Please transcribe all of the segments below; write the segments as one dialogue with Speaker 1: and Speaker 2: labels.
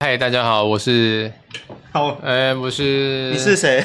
Speaker 1: 嗨，大家好，我是，
Speaker 2: 好，
Speaker 1: 呃，我是，
Speaker 2: 你是谁？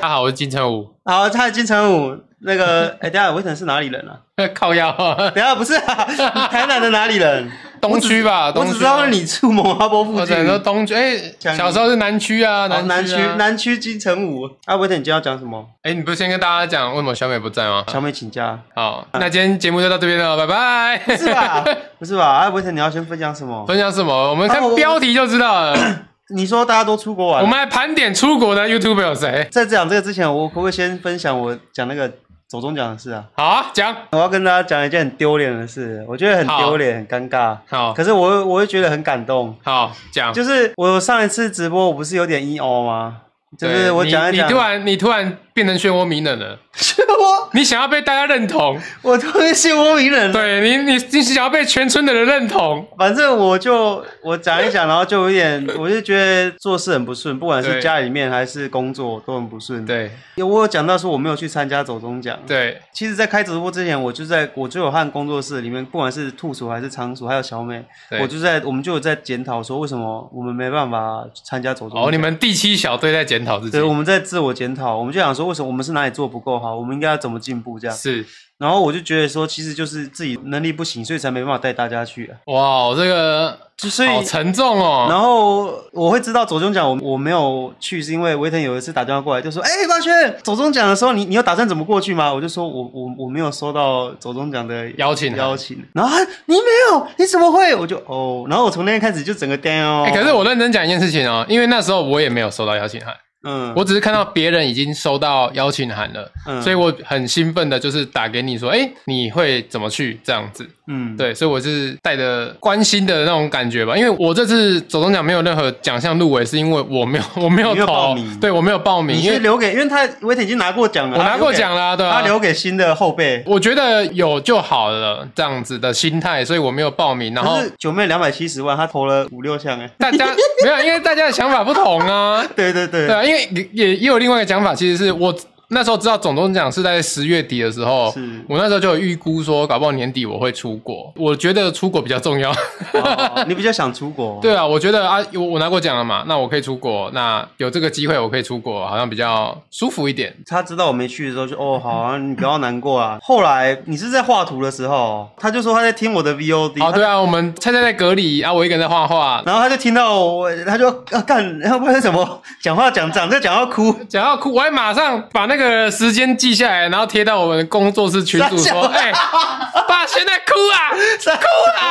Speaker 1: 大家好，我是金城武，
Speaker 2: 好，他是金城武。那个，哎、等一下，我想是哪里人啊？
Speaker 1: 靠腰，
Speaker 2: 等一下不是啊，你台南的哪里人？
Speaker 1: 东区吧，
Speaker 2: 我
Speaker 1: 东
Speaker 2: 只
Speaker 1: 区
Speaker 2: 知道你住蒙阿波附
Speaker 1: 我只
Speaker 2: 近。
Speaker 1: 能说东区，哎、
Speaker 2: 讲
Speaker 1: 小时候是南区啊，
Speaker 2: 哦南
Speaker 1: 区、
Speaker 2: 区
Speaker 1: 啊，，
Speaker 2: 南区金城武。啊，伟等，你今天要讲什么？
Speaker 1: 哎、你不是先跟大家讲为什么小美不在吗？
Speaker 2: 小美请假
Speaker 1: 好，那今天节目就到这边了，拜拜。
Speaker 2: 是吧？ 不是吧？啊，伟等，你要先分享 什么？
Speaker 1: 分享什么？我们看
Speaker 2: 啊我
Speaker 1: 标题就知道了。
Speaker 2: 你说大家都出国玩
Speaker 1: 我，们来盘点出国的哎 YouTube 有谁？
Speaker 2: 在讲这个之前，我可不可以先分享我讲那个走中奖的事啊？
Speaker 1: 好啊，讲
Speaker 2: 我要跟大家讲一件很丢脸的事，我觉得很
Speaker 1: 好
Speaker 2: 丢脸、很尴尬，
Speaker 1: 好
Speaker 2: 可是我又我又觉得很感动。
Speaker 1: 好讲，
Speaker 2: 就是我上一次直播，我不是有点 E O 吗？就是
Speaker 1: 对
Speaker 2: 我讲
Speaker 1: 你
Speaker 2: 一讲，
Speaker 1: 你突然你突然变成漩涡鸣人了，
Speaker 2: 我
Speaker 1: 你想要被大家认同，
Speaker 2: 我突然漩涡鸣人 了。
Speaker 1: 对你你你想要被全村的人认同，
Speaker 2: 反正我就我讲 一讲，然后就有点，我就觉得做事很不顺，不管
Speaker 1: 对
Speaker 2: 是家里面还是工作都很不顺。，
Speaker 1: 对
Speaker 2: 我有讲到说我没有去参加走中奖。
Speaker 1: 对，
Speaker 2: 其实，在开直播之前，我就在我就有和工作室里面，不管是兔鼠还是仓鼠，还有小美，
Speaker 1: 对
Speaker 2: 我就在我们就有在检讨说，为什么我们没办法参加走中奖。
Speaker 1: 哦，你们第七小队在检讨自己
Speaker 2: 对，，我们在自我检讨，我们就想说，为什么我们是哪里做不够好，我们应该要怎么进步这样。
Speaker 1: 是
Speaker 2: 然后我就觉得说，其实就是自己能力不行，所以才没办法带大家去、啊。
Speaker 1: 哇，这个
Speaker 2: 就所以，
Speaker 1: 好沉重哦。
Speaker 2: 然后我会知道左中奖我我没有去，是因为维腾有一次打电话过来就说：“哎、八轩，左中奖的时候你你有打算怎么过去吗？”我就说我我我没有收到左中奖的
Speaker 1: 邀请函啊
Speaker 2: 邀请。然后他你没有，你怎么会？我就哦，然后我从那天开始就整个 down、
Speaker 1: 哎、可是我认真讲一件事情哦，因为那时候我也没有收到邀请函，
Speaker 2: 嗯，
Speaker 1: 我只是看到别人已经收到邀请函了，
Speaker 2: 嗯
Speaker 1: 所以我很兴奋的，就是打给你说，哎、你会怎么去这样子？
Speaker 2: 嗯
Speaker 1: 对，所以我是带着关心的那种感觉吧，因为我这次走中奖没有任何奖项入围，是因为我没有我没有
Speaker 2: 你没有
Speaker 1: 投
Speaker 2: 报，名
Speaker 1: 对我没有报名，
Speaker 2: 你
Speaker 1: 因
Speaker 2: 是
Speaker 1: 为
Speaker 2: 留给，因为他维腾已经拿过奖了，
Speaker 1: 我拿过奖
Speaker 2: 了，
Speaker 1: 啦、对吧、啊
Speaker 2: 他留给新的后辈。
Speaker 1: 我觉得有就好了，这样子的心态，所以我没有报名。然后
Speaker 2: 可是九妹两百七十万，她投了五六项哎、
Speaker 1: 大 家没有，因为大家的想法不同啊，
Speaker 2: 对对 对，
Speaker 1: 对啊，因为也也也有另外一个讲法，其实是我那时候知道总中奖是在十月底的时候
Speaker 2: 是，
Speaker 1: 我那时候就有预估说，搞不好年底我会出国，我觉得出国比较重 要。
Speaker 2: 哦你比较想出国？
Speaker 1: 对啊，我觉得啊，我我拿过奖了嘛，那我可以出国，那有这个机会我可以出国，好像比较舒服一点。
Speaker 2: 他知道我没去的时候就哦好啊，你不要难过啊。后来你是在画图的时候，他就说他在听我的 VOD，、
Speaker 1: 哦，对啊，我们菜菜在隔离啊，我一个人在画画，
Speaker 2: 然后他就听到我，他就啊干，要不然怎么 讲话讲讲这讲到哭，
Speaker 1: 讲到哭，我还马上把那个时间记下来，然后贴到我们的工作室群组
Speaker 2: 傻笑
Speaker 1: 说：“哎、爸，现在哭啊，
Speaker 2: 傻
Speaker 1: 哭啊！”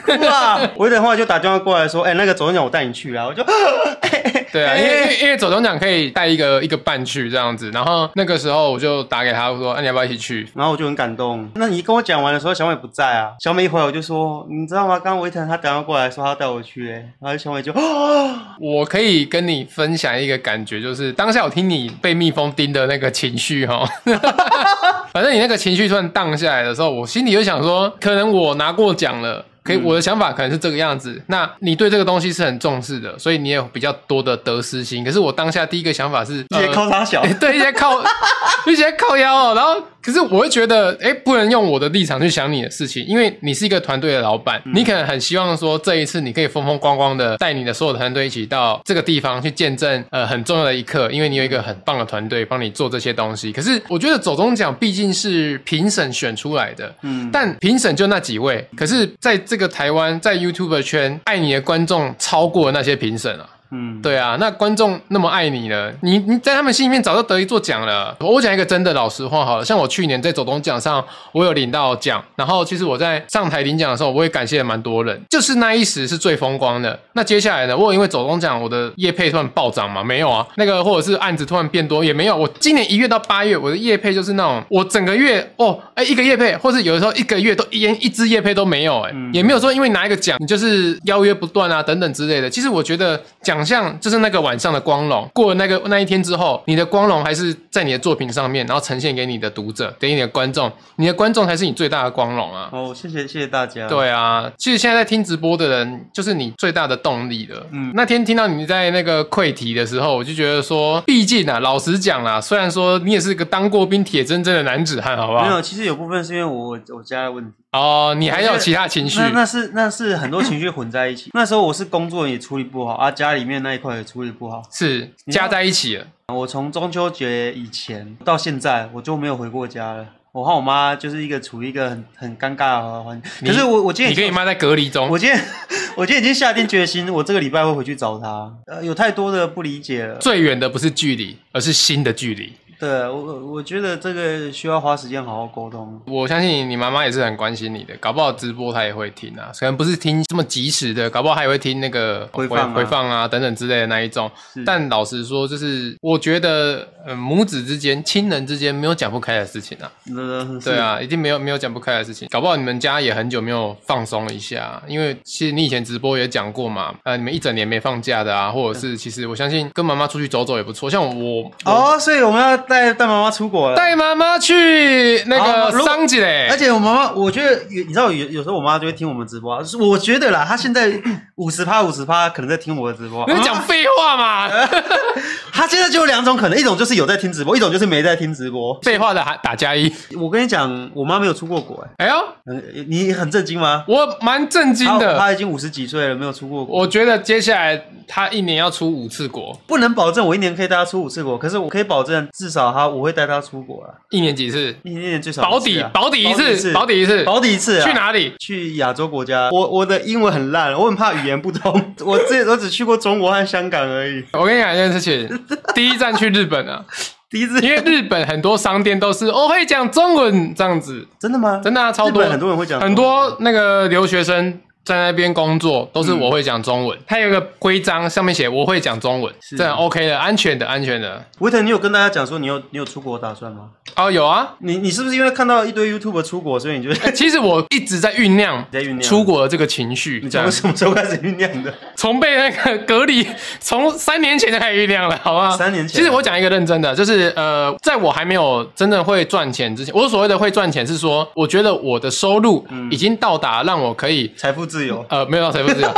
Speaker 2: 哭啊！我有点话就打电话过来说，哎、那个总讲我带你去啦，我就
Speaker 1: 对啊，
Speaker 2: 哎
Speaker 1: 因为因为因为走中奖可以带一个一个伴去这样子，然后那个时候我就打给他我说：“那、你要不要一起去
Speaker 2: 然后我就很感动。那你跟我讲完的时候，小美不在啊。小美一回来我就说，你知道吗？刚刚维腾他打电话过来说他要带我去、哎，然后小美就啊，？”
Speaker 1: 我可以跟你分享一个感觉，就是当下我听你被蜜蜂叮的那个情绪哈， 反正你那个情绪突然荡下来的时候，我心里就想说，可能我拿过奖了。可以，我的想法可能是这个样子。那你对这个东西是很重视的，所以你也有比较多的得失心。可是我当下第一个想法是，
Speaker 2: 直接
Speaker 1: 呃
Speaker 2: 靠他小。
Speaker 1: 对，一直在靠，一直在靠腰哦。然后，可是我会觉得，哎，不能用我的立场去想你的事情，因为你是一个团队的老板，你可能很希望说这一次你可以风风光光的带你的所有团队一起到这个地方去见证呃很重要的一刻，因为你有一个很棒的团队帮你做这些东西。可是我觉得走中奖毕竟是评审选出来的，
Speaker 2: 嗯，
Speaker 1: 但评审就那几位，可是在这个台湾在 YouTube 圈爱你的观众超过那些评审啊。
Speaker 2: 嗯，
Speaker 1: 对啊，那观众那么爱你了，你你在他们心里面早就得一座奖了。我讲一个真的老实话好了，像我去年在走动奖上，我有领到奖，然后其实我在上台领奖的时候，我也感谢了蛮多人，就是那一时是最风光的。那接下来呢，我有因为走动奖我的业配突然暴涨嘛，没有啊，那个或者是案子突然变多也没有。我今年一月到八月，我的业配就是那种我整个月哦，哎一个业配，或是有的时候一个月都一连一支业配都没有、哎、也没有说因为拿一个奖你就是邀约不断啊等等之类的。其实我觉得奖项就是那个晚上的光荣，过了那个那一天之后，你的光荣还是在你的作品上面，然后呈现给你的读者，给你的观众，你的观众才是你最大的光荣啊。
Speaker 2: 哦，谢谢谢谢大家。。
Speaker 1: 对啊，其实现在在听直播的人，就是你最大的动力了。嗯，那天听到你在那个溃题的时候，我就觉得说，毕竟啊，老实讲啦，虽然说你也是个当过兵铁铮铮的男子汉，好不
Speaker 2: 没
Speaker 1: 好？
Speaker 2: 有，其实有部分是因为我我家的问题，
Speaker 1: 哦，你还有其他情绪？
Speaker 2: 那那是那是很多情绪混在一起。那时候我是工作也处理不好啊，家里面那一块也处理不好。
Speaker 1: 是加在一起了。
Speaker 2: 我从中秋节以前到现在，我就没有回过家了。我和我妈就是一个处于一个很很尴尬的环境。可是我我今天
Speaker 1: 你
Speaker 2: 已经
Speaker 1: 跟你妈在隔离中
Speaker 2: 我，今天我今天已经下定决心，我这个礼拜会回去找她。呃，有太多的不理解了。
Speaker 1: 最远的不是距离，而是心的距离。
Speaker 2: 对我我我觉得这个需要花时间好好沟通。
Speaker 1: 我相信你妈妈也是很关心你的，搞不好直播她也会听啊，虽然不是听这么及时的，搞不好她也会听那个
Speaker 2: 回放啊
Speaker 1: 回放啊等等之类的那一种
Speaker 2: 是。
Speaker 1: 但老实说，就是我觉得，呃，母子之间、亲人之间没有讲不开的事情啊。
Speaker 2: 呃
Speaker 1: 对，啊，一定没有没有讲不开的事情。搞不好你们家也很久没有放松了一下，因为其实你以前直播也讲过嘛，呃，你们一整年没放假的啊，或者是其实我相信跟妈妈出去走走也不错。像我
Speaker 2: 是哦，所以我们要带带妈妈出国了。
Speaker 1: 带妈妈去那
Speaker 2: 好如
Speaker 1: 个
Speaker 2: 果
Speaker 1: 桑吉嘞
Speaker 2: 而，且我妈妈，我觉得有，你知道有有时候我妈就会听我们直播啊，就是我觉得啦，她现在五十趴五十趴可能在听我的直播。
Speaker 1: 你在讲
Speaker 2: 啊
Speaker 1: 废话嘛？
Speaker 2: 她现在就有两种可能，一种就是有在听直播，一种就是没在听直播。
Speaker 1: 废话的还打加一。
Speaker 2: 我跟你讲，我妈没有出过国、欸，
Speaker 1: 哎呦，
Speaker 2: 嗯你很震惊吗？
Speaker 1: 我蛮震惊
Speaker 2: 她
Speaker 1: 的。
Speaker 2: 她已经五十几岁了，没有出过国，
Speaker 1: 我觉得接下来他一年要出五次国，
Speaker 2: 不能保证我一年可以带她出五次国，可是我可以保证至少她我会带她出国啦，
Speaker 1: 一年几次？
Speaker 2: 一年最少
Speaker 1: 保
Speaker 2: 一次
Speaker 1: 底
Speaker 2: 啊、，
Speaker 1: 保底一次，保
Speaker 2: 保底
Speaker 1: 底一次，
Speaker 2: 保底一次啊，
Speaker 1: 去哪里？
Speaker 2: 去亚洲国家，我我的英文很烂，我很怕语言不通。 我这我只去过中国和香港而已。
Speaker 1: 我跟你讲一件事 情，第一站去日本啊，
Speaker 2: 第一次
Speaker 1: 因为日本很多商店都是我、哦、会讲中文这样子，
Speaker 2: 真的吗？
Speaker 1: 真
Speaker 2: 的
Speaker 1: 的啊，超
Speaker 2: 日
Speaker 1: 多
Speaker 2: 本很多人会讲
Speaker 1: 很多那个留学生。在那边工作都是我会讲中文，他有一个规章上面写我会讲中文，
Speaker 2: 嗯是
Speaker 1: 这很 OK 的，安全的，安全的。
Speaker 2: 维腾，你有跟大家讲说你有你有出国打算吗？
Speaker 1: 哦，有啊，
Speaker 2: 你你是不是因为看到一堆 YouTube 出国，所以你 就
Speaker 1: 欸其实我一直在酝 酿
Speaker 2: 在酝酿
Speaker 1: 出国的这个情绪，
Speaker 2: 你
Speaker 1: 这
Speaker 2: 从
Speaker 1: 样
Speaker 2: 什么时候开始酝酿的？
Speaker 1: 从被那个隔离， 从三年前就开始酝酿了，好吗？
Speaker 2: 三年前
Speaker 1: 其实我讲一个认真的，就是呃，在我还没有真正会赚钱之前，我所谓的会赚钱是说，我觉得我的收入
Speaker 2: 嗯
Speaker 1: 已经到达让我可以
Speaker 2: 财富自由，
Speaker 1: 呃没有到财富自 由。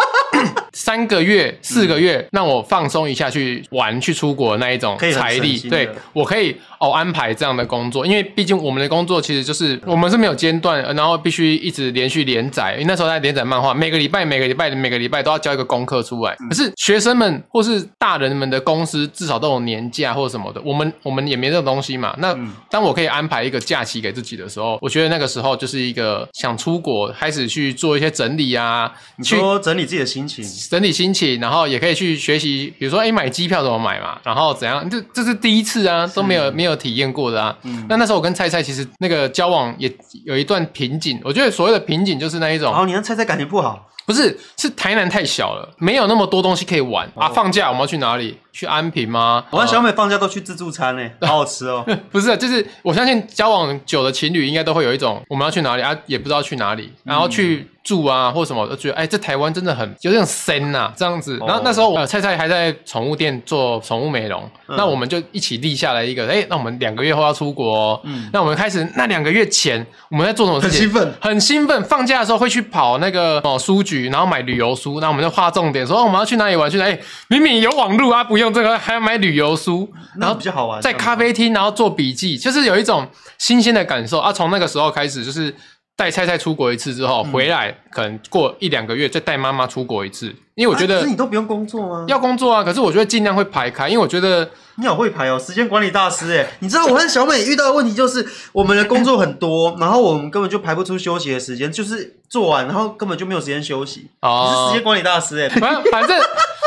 Speaker 1: 三个月、四
Speaker 2: 嗯
Speaker 1: 个月，让我放松一下，去玩、去出国那一种
Speaker 2: 可以很
Speaker 1: 财
Speaker 2: 省
Speaker 1: 力，
Speaker 2: 心的
Speaker 1: 对我可以哦安排这样的工作，因为毕竟我们的工作其实就是我们是没有间断，呃然后必须一直连续连载。因为那时候在连载漫画，每个礼拜、每个礼拜、每个礼拜都要交一个功课出来。可是学生们或是大人们的公司至少都有年假或什么的，我们我们也没这种东西嘛。那当我可以安排一个假期给自己的时候，我觉得那个时候就是一个想出国，开始去做一些整理啊，
Speaker 2: 你
Speaker 1: 去
Speaker 2: 说整理自己的心情，
Speaker 1: 整理心情，然后也可以去学习，比如说哎、诶买机票怎么买嘛，然后怎样，这这是第一次啊，都没有没有体验过的啊。那那时候我跟菜菜其实那个交往也有一段瓶颈，我觉得所谓的瓶颈就是那一种
Speaker 2: 然，后你让菜菜感情不好，
Speaker 1: 不是是台南太小了，没有那么多东西可以玩、啊。放假我们要去哪里？去安平吗？
Speaker 2: 我和小美放假都去自助餐诶、好好吃哦。
Speaker 1: 不是啊，就是我相信交往久的情侣应该都会有一种我们要去哪里啊，也不知道去哪里，
Speaker 2: 嗯
Speaker 1: 然后去住啊或什么，就觉得哎，这台湾真的很有点深呐、这样子。
Speaker 2: 哦
Speaker 1: 然后那时候呃，菜菜还在宠物店做宠物美容，
Speaker 2: 嗯
Speaker 1: 那我们就一起立下来一个，哎，那我们两个月后要出国、哦，
Speaker 2: 嗯
Speaker 1: 那我们开始那两个月前我们在做什么事情？
Speaker 2: 很兴奋
Speaker 1: 很兴奋。放假的时候会去跑那个哦书局，然后买旅游书，然后我们就划重点说、哦、我们要去哪里玩去哪里。哎明明有网路啊，不用这个还要买旅游书，然
Speaker 2: 那
Speaker 1: 后
Speaker 2: 比较好玩，
Speaker 1: 在咖啡厅，然后做笔记，就是有一种新鲜的感受啊。从那个时候开始，就是带菜菜出国一次之后，
Speaker 2: 嗯
Speaker 1: 回来可能过一两个月再带妈妈出国一次，因为我觉
Speaker 2: 啊可
Speaker 1: 得
Speaker 2: 是你都不用工作吗？
Speaker 1: 要工作啊，可是我觉得尽量会排开，因为我觉得
Speaker 2: 你好会排哦，时间管理大师
Speaker 1: 欸
Speaker 2: 哎！ 你知道我和小美遇到的问题就是，我们的工作很多， 然后我们根本就排不出休息的时间，就是做完然后根本就没有时间休息。你是时
Speaker 1: 啊
Speaker 2: 间，管理大 师哎！
Speaker 1: 反反正。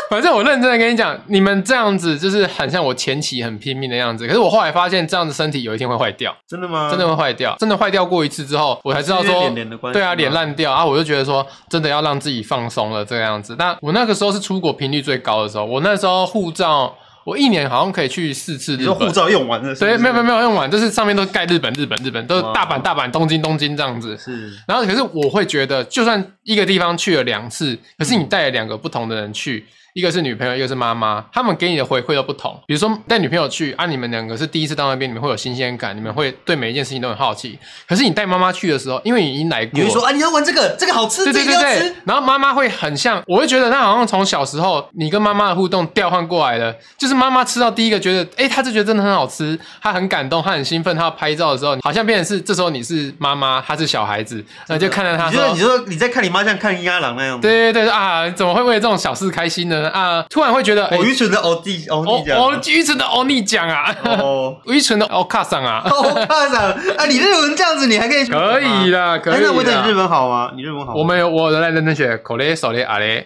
Speaker 1: 反正我认真的跟你讲，你们这样子就是很像我前期很拼命的样子。可是我后来发现，这样子身体有一天会坏掉，
Speaker 2: 真的吗？
Speaker 1: 真的会坏掉。真的坏掉过一次之后，我才知道
Speaker 2: 是因为
Speaker 1: 说
Speaker 2: 脸脸的关，系
Speaker 1: 对啊，
Speaker 2: 吗
Speaker 1: 脸烂掉啊，我就觉得说，真的要让自己放松了这个样子。那我那个时候是出国频率最高的时候，我那时候护照，我一年好像可以去四次
Speaker 2: 你
Speaker 1: 日
Speaker 2: 说
Speaker 1: 本。
Speaker 2: 护照用完了是不
Speaker 1: 对，
Speaker 2: 是？
Speaker 1: 没有没有没有用完，就是上面都盖日本日本日本，都是
Speaker 2: 哇
Speaker 1: 大阪大阪东京东京这样子。
Speaker 2: 是
Speaker 1: 然后可是我会觉得，就算一个地方去了两次，可是你
Speaker 2: 嗯
Speaker 1: 带了两个不同的人去，一个是女朋友，一个是妈妈，他们给你的回馈都不同。比如说带女朋友去啊，你们两个是第一次到那边，你们会有新鲜感，你们会对每一件事情都很好奇。可是你带妈妈去的时候，因为你已经来过，
Speaker 2: 你会说啊，你要玩这个，这个好吃，
Speaker 1: 对对
Speaker 2: 这个
Speaker 1: 对
Speaker 2: 要
Speaker 1: 对
Speaker 2: 吃。，
Speaker 1: 然后妈妈会很像，我会觉得她好像从小时候你跟妈妈的互动调换过来了，就是妈妈吃到第一个觉得，哎，她这觉得真的很好吃，她很感动，她很兴奋，她要拍照的时候，好像变成是这时候你是妈妈，她是小孩子，那就看到她
Speaker 2: 你就
Speaker 1: 说
Speaker 2: 你。说你在看你妈像看鸭郎那样，，
Speaker 1: 啊对对对啊！怎么会为了这种小事开心呢？啊，突然会觉得，哎
Speaker 2: 哦我愚蠢的欧弟欧
Speaker 1: 我
Speaker 2: 弟讲，
Speaker 1: 我愚蠢的欧尼讲啊，
Speaker 2: 哦，
Speaker 1: 愚蠢的欧卡桑 啊，
Speaker 2: 我看上啊，你日文这样子，你还可以
Speaker 1: 可以
Speaker 2: 的。
Speaker 1: 啦，可
Speaker 2: 哎
Speaker 1: 以
Speaker 2: 那我等你日
Speaker 1: 啦。
Speaker 2: 文好吗？你日文好吗，
Speaker 1: 我们有我的来认真学口雷、手雷、啊阿雷。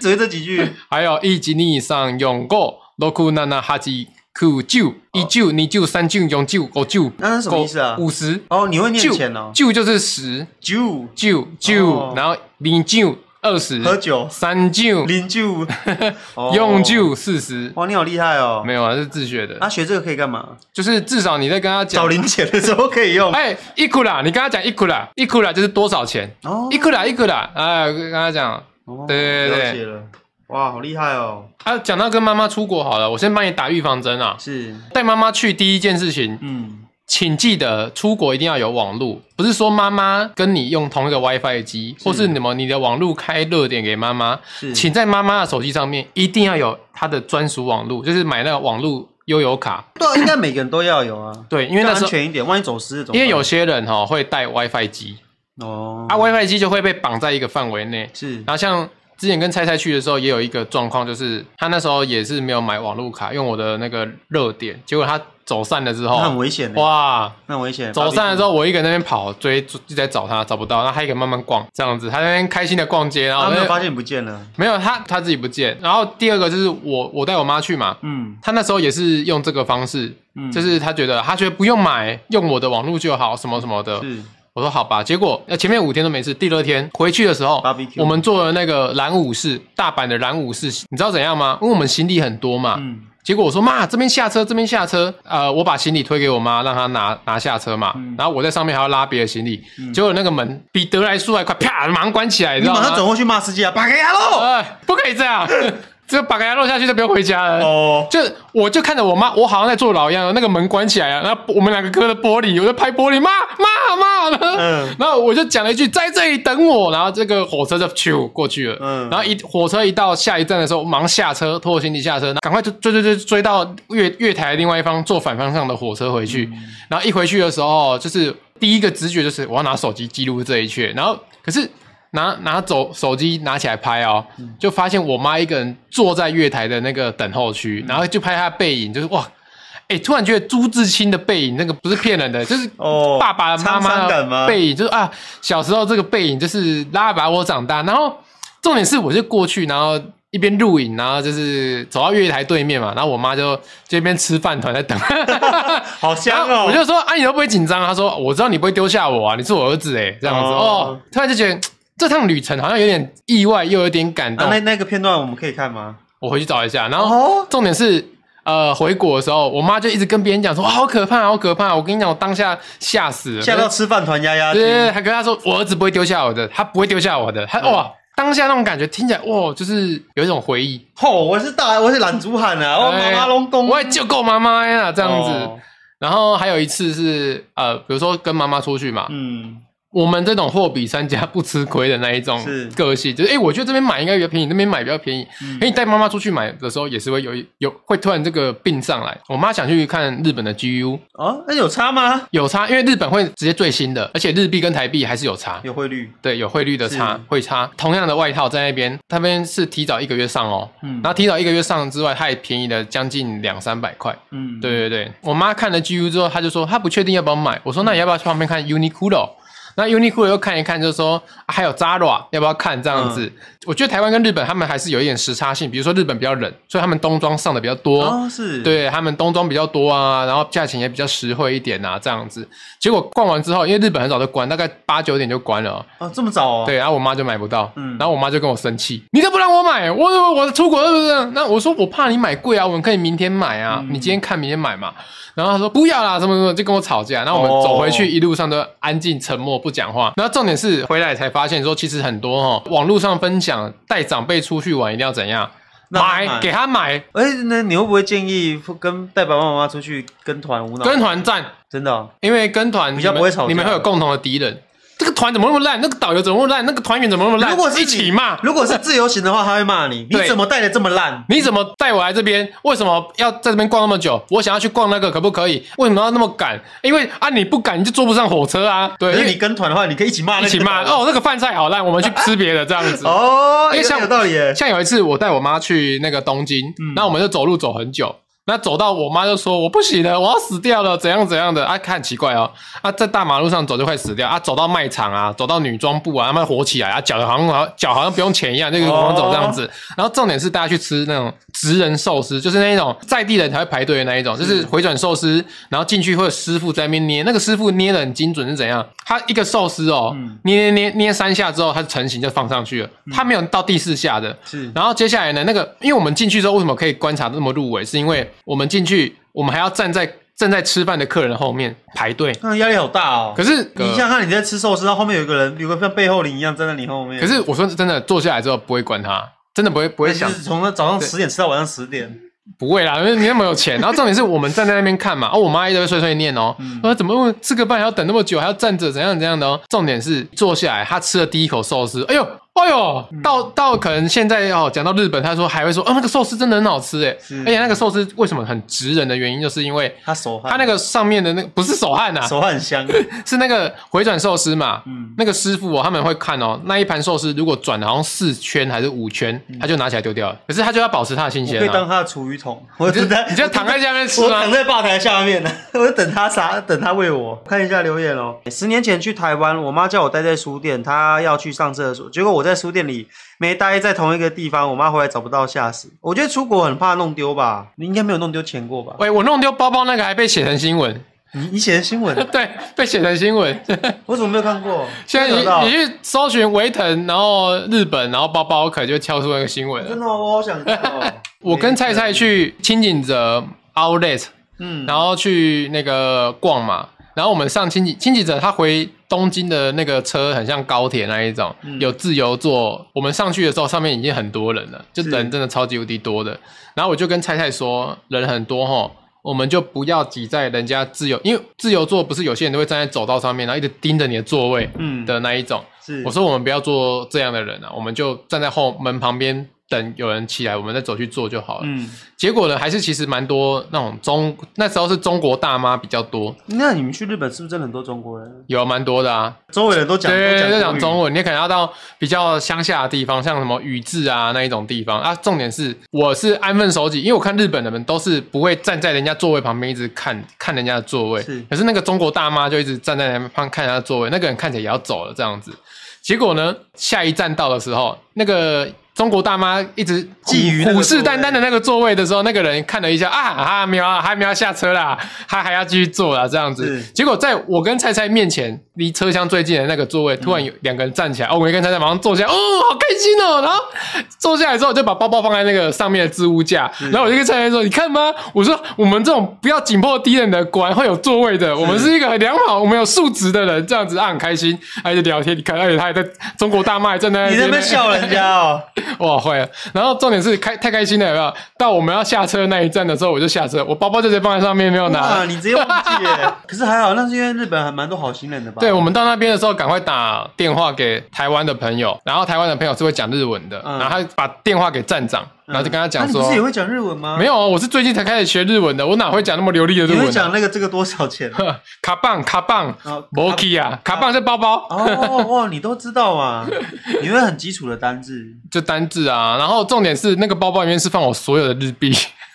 Speaker 2: 只会这 几句。
Speaker 1: 还有一级以上用过六库那那哈吉库九一九二九三九用九五九，
Speaker 2: 那是什么意思啊
Speaker 1: 五十
Speaker 2: 哦，你会念
Speaker 1: 九
Speaker 2: 钱哦，
Speaker 1: 九就是十
Speaker 2: 酒
Speaker 1: 九
Speaker 2: 哦
Speaker 1: 九，然后零九二十，
Speaker 2: 喝 酒
Speaker 1: 三九
Speaker 2: 零酒
Speaker 1: 嗯
Speaker 2: 哦
Speaker 1: 用，九四十，
Speaker 2: 哇，你好厉害哦
Speaker 1: 没。有啊，是自学的，
Speaker 2: 啊，学这个可以干嘛？
Speaker 1: 就是至少你在跟他
Speaker 2: 找
Speaker 1: 讲。
Speaker 2: 零钱的时候可以用。
Speaker 1: 哎，一库啦，你跟他讲一库啦，一库啦就是多少钱？
Speaker 2: 哦
Speaker 1: 一库啦，一库啦，哎，跟他讲，
Speaker 2: 哦
Speaker 1: 对对对
Speaker 2: 了解了。哇，好厉害哦！
Speaker 1: 啊，讲到跟妈妈出国好了，我先帮你打预防针啊。
Speaker 2: 是，
Speaker 1: 带妈妈去第一件事情，
Speaker 2: 嗯，
Speaker 1: 请记得出国一定要有网路，不是说妈妈跟你用同一个 WiFi 机，或是什么你的网路开热点给妈妈，
Speaker 2: 是，
Speaker 1: 请在妈妈的手机上面一定要有她的专属网路，就是买那个网路悠游卡。
Speaker 2: 对啊，应该每个人都要有啊，
Speaker 1: 对， 因为那
Speaker 2: 要
Speaker 1: 时
Speaker 2: 安
Speaker 1: 候
Speaker 2: 全一点，万一走失怎么办？
Speaker 1: 因为有些人哈、会带 WiFi 机，
Speaker 2: 哦，
Speaker 1: 啊 WiFi 机就会被绑在一个范围内，
Speaker 2: 是
Speaker 1: 然后像之前跟菜菜去的时候，也有一个状况，就是他那时候也是没有买网路卡，用我的那个热点，结果他走散了之
Speaker 2: 那很
Speaker 1: 后，
Speaker 2: 危险的，
Speaker 1: 哦哇，
Speaker 2: 那很危险。
Speaker 1: 走散了之
Speaker 2: 后，
Speaker 1: 后，我一个人在那边跑追，就就在找他，找不到，然后他一个人慢慢逛，这样子，他在那边开心的逛街，然后我
Speaker 2: 他没
Speaker 1: 在
Speaker 2: 有发现你不见了，
Speaker 1: 没有他他自己不见，然后第二个就是我我带我妈去嘛，
Speaker 2: 嗯
Speaker 1: 他那时候也是用这个方式，
Speaker 2: 嗯，
Speaker 1: 就是他觉得他觉得不用买，用我的网络就好，什么什么的，
Speaker 2: 是
Speaker 1: 我说好吧，结果呃前面五天都没事，第二天回去的时候
Speaker 2: Barbecue，
Speaker 1: 我们做了那个蓝武士，大阪的蓝武士，你知道怎样吗？因为我们行李很多嘛，
Speaker 2: 嗯
Speaker 1: 结果我说妈，这边下车，这边下车，呃，我把行李推给我妈，让她拿拿下车嘛，
Speaker 2: 嗯
Speaker 1: 然后我在上面还要拉别的行李，结果那个门比德莱速还快，啪，马上关起来，你
Speaker 2: 你
Speaker 1: 知道
Speaker 2: 马
Speaker 1: 吗？
Speaker 2: 上转过去骂司机啊，把给他喽！
Speaker 1: 呃，不可以这样， 这把给他落下去就不用回家了。
Speaker 2: 哦，
Speaker 1: 就我就看着我妈，我好像在坐牢一样，那个门关起来了，然后我们两个隔着玻璃，我就拍玻璃，妈妈妈，然后
Speaker 2: 嗯
Speaker 1: 然后我就讲了一句在这里等我，然后这个火车就咻过去了，
Speaker 2: 嗯
Speaker 1: 然后一火车一到下一站的时候，我忙下车，拖着行李下车，然后赶快就追追追追到月月台另外一方坐反方向的火车回去，
Speaker 2: 嗯
Speaker 1: 然后一回去的时候，就是第一个直觉就是我要拿手机记录这一切，然后可是。拿拿走手机拿起来拍哦，
Speaker 2: 嗯
Speaker 1: 就发现我妈一个人坐在月台的那个等候区，然后就拍她的背影，就是哇，哎、突然觉得朱自清的背影那个不是骗人的，就是
Speaker 2: 哦
Speaker 1: 爸爸妈
Speaker 2: 沧桑
Speaker 1: 妈
Speaker 2: 感吗
Speaker 1: 的背影，就是啊，小时候这个背影就是拉拔我长大。然后重点是，我就过去，然后一边录影，然后就是走到月台对面嘛，然后我妈就这边吃饭团 在等。
Speaker 2: 哦好
Speaker 1: 然
Speaker 2: 香
Speaker 1: 后
Speaker 2: 哦！
Speaker 1: 我就说：“啊，你都不会紧张？”她说：“我知道你不会丢下我啊，你是我儿子哎、这样子
Speaker 2: 哦
Speaker 1: 哦。突然就觉得嘖这趟旅程好像有点意外，又有点感
Speaker 2: 啊，
Speaker 1: 动。
Speaker 2: 那那个片段我们可以看吗？
Speaker 1: 我回去找一下。然后
Speaker 2: 哦，
Speaker 1: 重点是，呃，回国的时候，我妈就一直跟别人讲说：“哇哦好可怕，好可怕！”我跟你讲，我当下吓死了，
Speaker 2: 吓到吃饭团压压
Speaker 1: 对对对，
Speaker 2: 惊，
Speaker 1: 还跟他说我儿子不会丢下我的，他不会丢下我的，他、
Speaker 2: 嗯
Speaker 1: 哇，当下那种感觉听起来哇，就是有一种回忆。
Speaker 2: 吼，我是大，我是懒猪 汉啊，我妈妈拢公，
Speaker 1: 哎我也救够妈妈呀，这样子。
Speaker 2: 哦
Speaker 1: 然后还有一次是呃，比如说跟妈妈出去嘛，
Speaker 2: 嗯，
Speaker 1: 我们这种货比三家不吃亏的那一种
Speaker 2: 是嗯
Speaker 1: 个性，就是哎、诶我觉得这边买应该比较便宜，那边买比较便宜。可、你带妈妈出去买的时候，也是会有一有会突然这个病上来。我妈想去看日本的 GU，
Speaker 2: 哦，那有差吗？
Speaker 1: 有差，因为日本会直接最新的，而且日币跟台币还是有差。
Speaker 2: 有汇率，
Speaker 1: 对，有汇率的差
Speaker 2: 是，
Speaker 1: 汇差。同样的外套在那边，那边是提早一个月上哦，
Speaker 2: 嗯
Speaker 1: 然后提早一个月上之外，它也便宜了将近两三百块。
Speaker 2: 嗯，
Speaker 1: 对对对，我妈看了 GU 之后，她就说她不确定要不要买。我说那你要不要去旁边
Speaker 2: 嗯
Speaker 1: 看 Uniqlo？那 Uniqlo 又看一看，就说、啊还有 Zara 要不要看这样子？
Speaker 2: 嗯
Speaker 1: 我觉得台湾跟日本他们还是有一点时差性，比如说日本比较冷，所以他们冬装上的比较多。
Speaker 2: 哦，是，，
Speaker 1: 对他们冬装比较多啊，然后价钱也比较实惠一点啊，这样子。结果逛完之后，因为日本很早就关，大概八九点就关了哦、
Speaker 2: 哦，这么早哦，
Speaker 1: 对，然后我妈就买不到，
Speaker 2: 嗯
Speaker 1: 然后我妈就跟我生气，你都不让我买，我我出国是不是？那我说我怕你买贵啊，我们可以明天买啊，
Speaker 2: 嗯
Speaker 1: 你今天看明天买嘛。然后她说不要啦，什么什么，就跟我吵架。然后我们
Speaker 2: 哦
Speaker 1: 走回去，一路上都安静沉默不讲话。然后重点是回来才发现说，其实很多哈、网络上分享带长辈出去玩一定要怎样。
Speaker 2: 让他
Speaker 1: 买
Speaker 2: 买
Speaker 1: 给他买，
Speaker 2: 哎、那你会不会建议跟带爸爸妈妈出去跟团无脑？
Speaker 1: 跟团战，
Speaker 2: 真的、哦，
Speaker 1: 因为跟团
Speaker 2: 比较
Speaker 1: 你们
Speaker 2: 不会吵架
Speaker 1: 你们会有共同的敌人。这个团怎么那么烂？那个导游怎么那么烂？那个团员怎么那么烂？
Speaker 2: 如果是
Speaker 1: 一起骂，
Speaker 2: 如果是自由行的话，他会骂你，你
Speaker 1: 对
Speaker 2: 怎么带的这么烂？
Speaker 1: 你怎么带我来这边？为什么要在这边逛那么久？我想要去逛那个，可不可以？为什么要那么赶？因为啊，你不赶你就坐不上火车啊。对，
Speaker 2: 可
Speaker 1: 因
Speaker 2: 是
Speaker 1: 为
Speaker 2: 你跟团的话，你可以一起骂 那
Speaker 1: 一
Speaker 2: 个
Speaker 1: 起骂
Speaker 2: 导游
Speaker 1: 哦，那个饭菜好烂，我们去吃别的这样子。
Speaker 2: 哦，
Speaker 1: 因为
Speaker 2: 有
Speaker 1: 像
Speaker 2: 有道理耶。
Speaker 1: 像有一次我带我妈去那个东京，那、我们就走路走很久，那走到我妈就说我不行了，我要死掉了，怎样怎样的啊，看很奇怪哦，啊在大马路上走就快死掉啊，走到卖场啊，走到女装部啊，他们火起来啊，脚好像好像脚好像不用钱一样，就是往走这样子。然后重点是大家去吃那种职人寿司，就是那一种在地人才会排队的那一种，就是回转寿司，然后进去会有师傅在那边捏，那个师傅捏的很精准是怎样？他一个寿司哦，捏捏捏捏三下之后，它成型就放上去了，他没有到第四下的。
Speaker 2: 是
Speaker 1: 然后接下来呢，那个因为我们进去之后，为什么可以观察得那么入围？是因为我们进去，我们还要站在正在吃饭的客人后面排队。
Speaker 2: 那压力好大哦。
Speaker 1: 可是呃
Speaker 2: 你想想看，你在吃寿司，然后后面有一个人，有个像背后灵一样站在你后面。
Speaker 1: 可是我说真的，坐下来之后不会管他，真的不会不
Speaker 2: 我
Speaker 1: 会
Speaker 2: 也就
Speaker 1: 想
Speaker 2: 是从那早上十点吃到晚上十点，
Speaker 1: 不会啦，因为你那么有钱。然后重点是我们站在那边看嘛，哦，我妈一直会碎碎念哦，说怎么会吃个饭还要等那么久，还要站着怎样怎样的哦。重点是坐下来，她吃了第一口寿司，哎呦。哎呦，到到可能现在哦，讲到日本，她说还会说，哦，那个寿司真的很好吃哎，而且那个寿司为什么很直人的原因，就是因为
Speaker 2: 他手汗，
Speaker 1: 它那个上面的那个不是手汗呐、
Speaker 2: 手嗯汗 很香。
Speaker 1: 是那个回转寿司嘛，那个师傅哦，他们会看哦，那一盘寿司如果转了好像四圈还是五圈，他就拿起来丢掉了，可是他就要保持它的新
Speaker 2: 嗯我
Speaker 1: 鲜、啊，
Speaker 2: 可以当他的厨余桶， 我
Speaker 1: 你就
Speaker 2: 等他，
Speaker 1: 你就躺在下面吃
Speaker 2: 我
Speaker 1: 啊
Speaker 2: 躺。在吧台下面呢， 我等他啥？等他喂我。看一下留言哦。十年前去台湾，我妈叫我待在书店，她要去上厕所，结果我在书店里没待在同一个地方，我妈回来找不到，吓死。我觉得出国很怕弄丢吧，你应该没有弄丢钱过吧？
Speaker 1: 喂，我弄丢包包那个还被写成新闻，
Speaker 2: 你你写的新闻，
Speaker 1: 对，被写成新闻。
Speaker 2: 我怎么没有看过？
Speaker 1: 现在
Speaker 2: 没有找到
Speaker 1: 你你去搜寻维腾，然后日本，然后包包，可能就跳出那个新闻了
Speaker 2: 真。的哦，我好想看哦。
Speaker 1: 我跟菜菜去清景泽 Outlet，
Speaker 2: 嗯，
Speaker 1: 然后去那个逛嘛，然后我们上清景清景泽，他回东京的那个车很像高铁那一种，
Speaker 2: 嗯
Speaker 1: 有自由座。我们上去的时候，上面已经很多人了，就是人真的超级无敌多的。然后我就跟菜菜说，人很多吼。我们就不要挤在人家自由，因为自由座不是有些人都会站在走道上面，然后一直盯着你的座位
Speaker 2: 嗯
Speaker 1: 的那一种。
Speaker 2: 是
Speaker 1: 我说我们不要做这样的人啊，我们就站在后门旁边等有人起来，我们再走去做就好了。
Speaker 2: 嗯，
Speaker 1: 结果呢，还是其实蛮多那种中那时候是中国大妈比较多，
Speaker 2: 那你们去日本是不是真的很多中国人？
Speaker 1: 有蛮多的啊。
Speaker 2: 周围人都讲
Speaker 1: 对，
Speaker 2: 都
Speaker 1: 就
Speaker 2: 讲
Speaker 1: 讲中
Speaker 2: 文，
Speaker 1: 文，你可能要到比较乡下的地方，像什么宇治啊那一种地方啊。重点是，我是安分守己，因为我看日本人们都是不会站在人家座位旁边一直看看人家的座位，
Speaker 2: 是
Speaker 1: 可是那个中国大妈就一直站在那边看看人家的座位，那个人看起来也要走了这样子。结果呢，下一站到的时候，那个。中国大妈一直虎
Speaker 2: 觊觎那个
Speaker 1: 虎视
Speaker 2: 座
Speaker 1: 眈
Speaker 2: 位
Speaker 1: 眈的那个座位的时候，那个人看了一下啊，啊没有啊，还没有下车啦，他还要继续坐啦，这样子。
Speaker 2: 是
Speaker 1: 结果在我跟菜菜面前，离车厢最近的那个座位，突然有两个人站起
Speaker 2: 嗯
Speaker 1: 来，哦，我跟菜菜马上坐下，哦，好开心哦。然后坐下来之后，就把包包放在那个上面的置物架，然后我就跟菜菜说：“你看吗？我说我们这种不要紧迫敌人的，果然会有座位的。我们是一个很良好、我们有素质的人，这样子啊，很开心，还就聊天。你看，而且他还在中国大妈还站在
Speaker 2: 你
Speaker 1: 那
Speaker 2: 在那边笑人 家哦。
Speaker 1: 哇，会啊。然后重点是开太开心了，有没有？到我们要下车那一站的时候，我就下车，我包包就直接放在上面，没有
Speaker 2: 哇，
Speaker 1: 拿。
Speaker 2: 你直接忘记耶！ 可是还好，那是因为日本还蛮多好心人的吧？嗯
Speaker 1: 对，我们到那边的时候，赶快打电话给台湾的朋友，然后台湾的朋友是会讲日文的，
Speaker 2: 嗯
Speaker 1: 然后他把电话给站长，
Speaker 2: 嗯，
Speaker 1: 然后就跟他讲
Speaker 2: 啊你
Speaker 1: 说
Speaker 2: 不是，也会讲日文吗？
Speaker 1: 没有啊，我是最近才开始学日文的，我哪会讲那么流利的日
Speaker 2: 你会
Speaker 1: 文、啊？
Speaker 2: 讲那个这个多少钱？
Speaker 1: 卡棒卡棒
Speaker 2: 哦
Speaker 1: 摩 k 啊，卡棒是包包，
Speaker 2: 哦哇，你都知 道嘛？你会很基础的单字
Speaker 1: 就单字啊。然后重点是那个包包里面是放我所有的日币，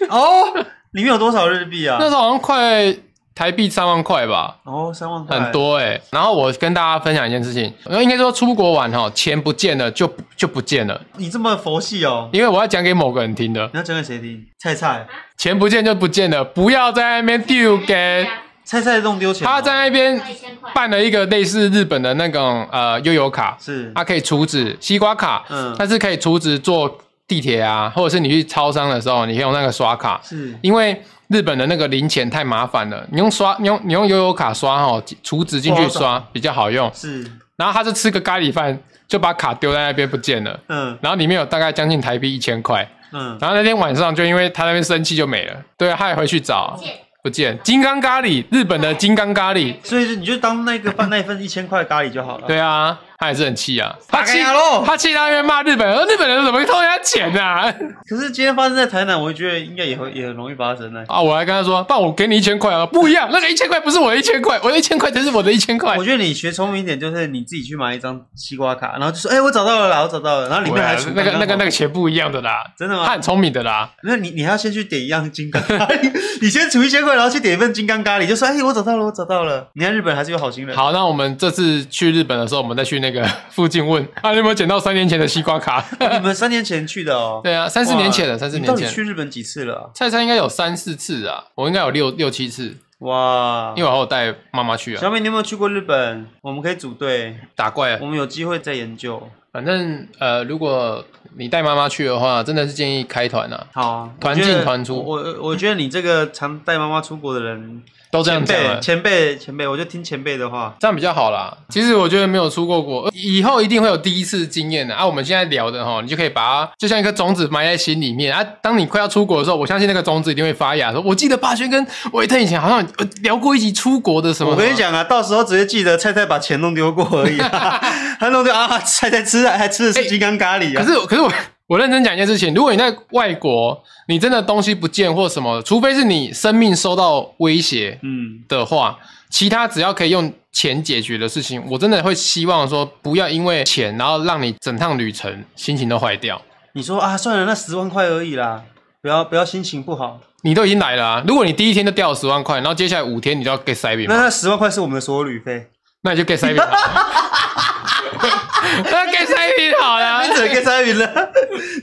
Speaker 2: 哦。里面有多少日币啊
Speaker 1: 那？时候好像快台币三万块吧。
Speaker 2: 哦，三万块，
Speaker 1: 很。多哎、然后我跟大家分享一件事情，呃应该说出国玩哈，钱不见了就就不见了，
Speaker 2: 你这么佛系哦？
Speaker 1: 因为我要讲给某个人听的，
Speaker 2: 你要讲给谁听？菜菜，
Speaker 1: 钱不见就不见了，不要在那边丢给
Speaker 2: 菜菜弄丢钱哦。
Speaker 1: 他在那边
Speaker 3: 一千块，
Speaker 1: 办了一个类似日本的那种呃悠游卡，
Speaker 2: 是
Speaker 1: 它可以储值西瓜卡，
Speaker 2: 嗯
Speaker 1: 但是可以储值做地铁啊，或者是你去超商的时候，你可以用那个刷卡，
Speaker 2: 是
Speaker 1: 因为日本的那个零钱太麻烦了，你用刷，你用你用悠游卡刷哦，储值进去
Speaker 2: 多
Speaker 1: 刷比较好用。
Speaker 2: 是，
Speaker 1: 然后他就吃个咖喱饭，就把卡丢在那边不见了，
Speaker 2: 嗯
Speaker 1: 然后里面有大概将近台币一千块。
Speaker 2: 嗯，
Speaker 1: 然后那天晚上就因为他那边生气就没了，对，啊他也回去找
Speaker 3: 见
Speaker 1: 不见金刚咖喱，日本的金刚咖喱，
Speaker 2: 所以你就当那个饭那一份一千块咖喱就好了。
Speaker 1: 对啊，他也是很气啊，他
Speaker 2: 打
Speaker 1: 气
Speaker 2: 开牙咯
Speaker 1: 他气他那边骂日本人，说日本人怎么会偷人家钱呐、啊？
Speaker 2: 可是今天发生在台南，我觉得应该也会也很容易发生呢。
Speaker 1: 啊，我还跟他说，爸，我给你一千块啊，不一样，那个一千块不是我的一千块，我的一千块才是我的一千块
Speaker 2: 我。觉得你学聪明一点，就是你自己去买一张西瓜卡，然后就说：“哎、我找到了啦，我找到了。”然后里面还
Speaker 1: 不
Speaker 2: 储
Speaker 1: 会啊那个那个那
Speaker 2: 个，
Speaker 1: 个钱不一样的啦，
Speaker 2: 真的
Speaker 1: 他
Speaker 2: 吗？
Speaker 1: 很聪明的啦。
Speaker 2: 那你你还要先去点一样金刚咖喱，你先储一千块，然后去点一份金刚咖喱，就说：“哎、我找到了，我找到了。”你看日本还是有好心人。
Speaker 1: 好，那我们这次去日本的时候，我们再去那个 附近问啊，你有没有捡到三年前的西瓜卡？
Speaker 2: 你们三年前去的哦，
Speaker 1: 对啊，三四年前
Speaker 2: 哇
Speaker 1: 的，三四
Speaker 2: 你
Speaker 1: 年
Speaker 2: 到底
Speaker 1: 前。
Speaker 2: 去日本几次了啊？
Speaker 1: 菜菜应该有三四次啊，我应该有六六七次，
Speaker 2: 哇
Speaker 1: 因！为我还有带妈妈去啊，
Speaker 2: 小美，你有没有去过日本？我们可以组队，
Speaker 1: 打怪啊
Speaker 2: 我。们有机会再研究。
Speaker 1: 反正呃，如果你带妈妈去的话，真的是建议开团啊，
Speaker 2: 好啊，
Speaker 1: 团
Speaker 2: 我觉得
Speaker 1: 进团出
Speaker 2: 我我我觉得你这个常带妈妈出国的人，
Speaker 1: 都这样
Speaker 2: 前
Speaker 1: 讲啊
Speaker 2: 辈
Speaker 1: 了，
Speaker 2: 前辈前辈，我就听前辈的话。
Speaker 1: 这样比较好啦。其实我觉得没有出过国，以后一定会有第一次经验的啊。我们现在聊的哈，你就可以把它就像一颗种子埋在心里面啊。当你快要出国的时候，我相信那个种子一定会发芽。说，我记得霸轩跟维特以前好像有聊过一起出国的什么。
Speaker 2: 我跟你，讲啊，到时候直接记得菜菜把钱弄丢过而已、 啊，他弄丢啊，菜菜吃还吃的是金刚咖喱
Speaker 1: 可
Speaker 2: 啊，
Speaker 1: 是可是我我认真讲一件事情，如果你在外国，你真的东西不见或什么，除非是你生命受到威胁
Speaker 2: 嗯，
Speaker 1: 的话，其他只要可以用钱解决的事情，我真的会希望说不要因为钱，然后让你整趟旅程心情都坏掉。
Speaker 2: 你说啊，算了，那十万块而已啦，不要不要心情不好，
Speaker 1: 你都已经来了、啊，如果你第一天就掉了十万块，然后接下来五天你就要给塞饼
Speaker 2: 那
Speaker 1: 嘛，
Speaker 2: 那十万块是我们的所有旅费，
Speaker 1: 那你就给塞饼好了，那给塞饼好了
Speaker 2: 你。只能跟三云了，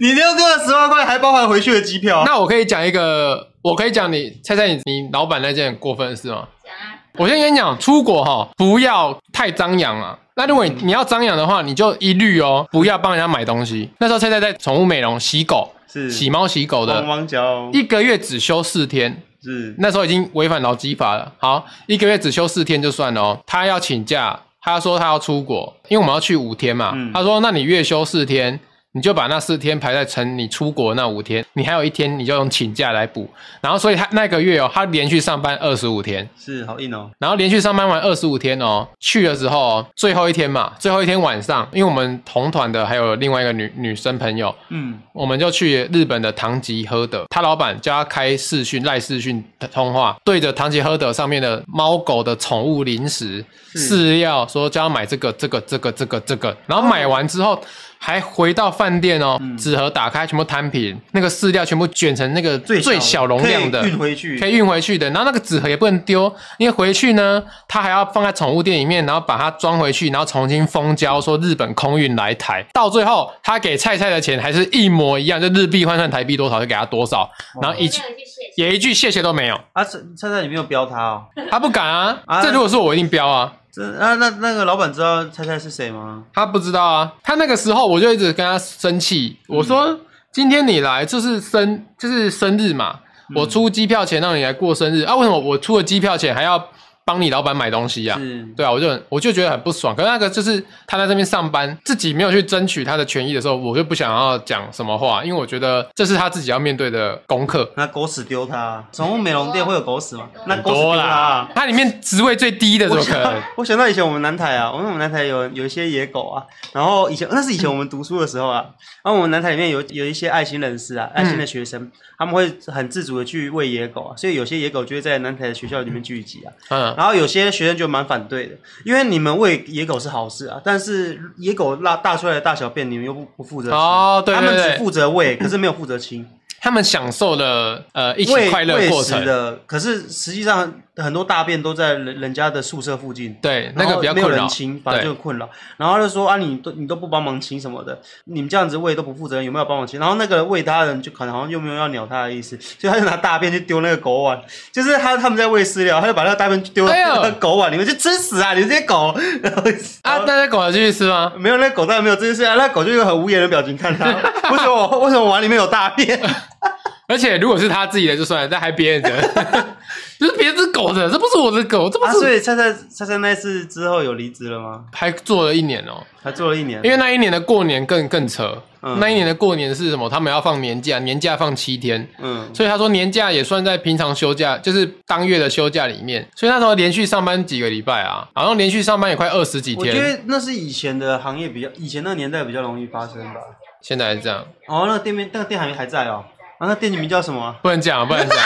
Speaker 2: 你丢丢了十万块还包含回去的机票，
Speaker 1: 那我可以讲一个，我可以讲你猜猜你你老板那件很过分的事吗？
Speaker 3: 讲啊，
Speaker 1: 我先跟你讲，出国哈、不要太张扬啊。那如果你你要张扬的话，你就一律哦，不要帮人家买东西。那时候菜菜在宠物美容洗狗、
Speaker 2: 是
Speaker 1: 洗猫、洗狗
Speaker 2: 汪
Speaker 1: 的，
Speaker 2: 汪脚
Speaker 1: 一个月只休四天，
Speaker 2: 是
Speaker 1: 那时候已经违反劳基法了。好，一个月只休四天就算了哦。他要请假，他说他要出国，因为我们要去五天嘛。
Speaker 2: 嗯
Speaker 1: 他说，那你月休四天，你就把那四天排在成你出国那五天，你还有一天你就用请假来补。然后，所以他那个月哦，他连续上班二十五天，
Speaker 2: 是好硬哦，
Speaker 1: 然后连续上班完二十五天哦。去的时候哦最后一天嘛，最后一天晚上，因为我们同团的还有另外一个女女生朋友，
Speaker 2: 嗯，
Speaker 1: 我们就去日本的唐吉诃德，他老板叫他开视讯赖视讯的通话，对着唐吉诃德上面的猫狗的宠物零食饲料，说叫他买这个这个这个这个这个，然后买完之后还回到饭店哦，
Speaker 2: 嗯
Speaker 1: 纸盒打开全部摊平，那个饲料全部卷成那个
Speaker 2: 最
Speaker 1: 最小容量的
Speaker 2: 可以。运回去，
Speaker 1: 可以运回去的，然后那个纸盒也不能丢，因为回去呢，他还要放在宠物店里面，然后把它装回去，然后重新封胶，说日本空运来台。到最后，他给菜菜的钱还是一模一样，就日币换算台币多少就给他多少，然后
Speaker 3: 一
Speaker 1: 一句
Speaker 3: 没有去谢谢，
Speaker 1: 也一句谢谢都没有，
Speaker 2: 啊，菜菜菜你没有标他哦，
Speaker 1: 他不敢啊。
Speaker 2: 啊
Speaker 1: 这如果是我，我一定飙啊。
Speaker 2: 这那那那个老板知道菜菜是谁吗？
Speaker 1: 他不知道啊，他那个时候我就一直跟他生气，我说、今天你来就是生就是生日嘛，我出机票钱让你来过生日啊，为什么我出了机票钱还要帮你老板买东西呀、
Speaker 2: 是
Speaker 1: 对啊，我就很我就觉得很不爽。可是那个就是他在这边上班，自己没有去争取他的权益的时候，我就不想要讲什么话，因为我觉得这是他自己要面对的功课。
Speaker 2: 那狗屎丢它，宠物美容店会有狗屎吗？那狗屎丢
Speaker 1: 多
Speaker 2: 它
Speaker 1: 啦。，他里面职位最低的怎
Speaker 2: 我
Speaker 1: 么可能
Speaker 2: 想？，我想到以前我们南台啊，我们我们南台有有一些野狗啊，然后以前那是以前我们读书的时候啊，然后我们南台里面有有一些爱心人士啊，
Speaker 1: 嗯
Speaker 2: 爱心的学生，他们会很自主的去喂野狗啊，所以有些野狗就会在南台的学校里面聚集啊，
Speaker 1: 嗯，
Speaker 2: 然后有些学生就蛮反对的，因为你们喂野狗是好事啊，但是野狗拉大出来的大小便你们又不不负责清，
Speaker 1: 哦，对对
Speaker 2: 他们
Speaker 1: 对，
Speaker 2: 只负责喂，可是没有负责清。
Speaker 1: 他们享受了呃一起
Speaker 2: 喂
Speaker 1: 快乐
Speaker 2: 喂
Speaker 1: 过
Speaker 2: 食
Speaker 1: 程。
Speaker 2: 的，可是实际上很多大便都在人人家的宿舍附近，
Speaker 1: 对，那个比较
Speaker 2: 然后没有
Speaker 1: 困
Speaker 2: 人
Speaker 1: 扰。
Speaker 2: 清，反正就很困扰。然后他就说啊，你都你都不帮忙清什么的，你们这样子喂都不负责任，有没有帮忙清？然后那个喂他的人就可能好像又没有要鸟他的意思，所以他就拿大便去丢那个狗碗，就是他他们在喂饲料，他就把那个大便丢到
Speaker 1: 哎呦
Speaker 2: 那个狗碗里面，就吃死啊！你们这些狗，然后
Speaker 1: 啊，那那狗要继续吃吗？
Speaker 2: 没有，那狗当然没有这件事啊，那狗就一个很无言的表情看他， 为什么我为什么碗里面有大便？
Speaker 1: 而且如果是他自己的就算了，但还别人 的，这是别只狗的，这不是我的狗，这不
Speaker 2: 啊，
Speaker 1: 是。
Speaker 2: 所以菜菜菜菜那次之后有离职了吗？
Speaker 1: 还做了一年哦、
Speaker 2: 还做了一年
Speaker 1: 因，为那一年的过年更更扯。
Speaker 2: 嗯
Speaker 1: 那一年的过年是什么？他们要放年假，年假放七天，
Speaker 2: 嗯，
Speaker 1: 所以他说年假也算在平常休假，就是当月的休假里面。所以那时候连续上班几个礼拜啊，然后连续上班也快二十几
Speaker 2: 我觉
Speaker 1: 天。
Speaker 2: 得那是以前的行业比较，以前那个年代比较容易发生吧。
Speaker 1: 现在是这样，
Speaker 2: 哦，那个店面那个店还还在哦，啊，那店名叫什么啊？
Speaker 1: 不能讲，不能讲。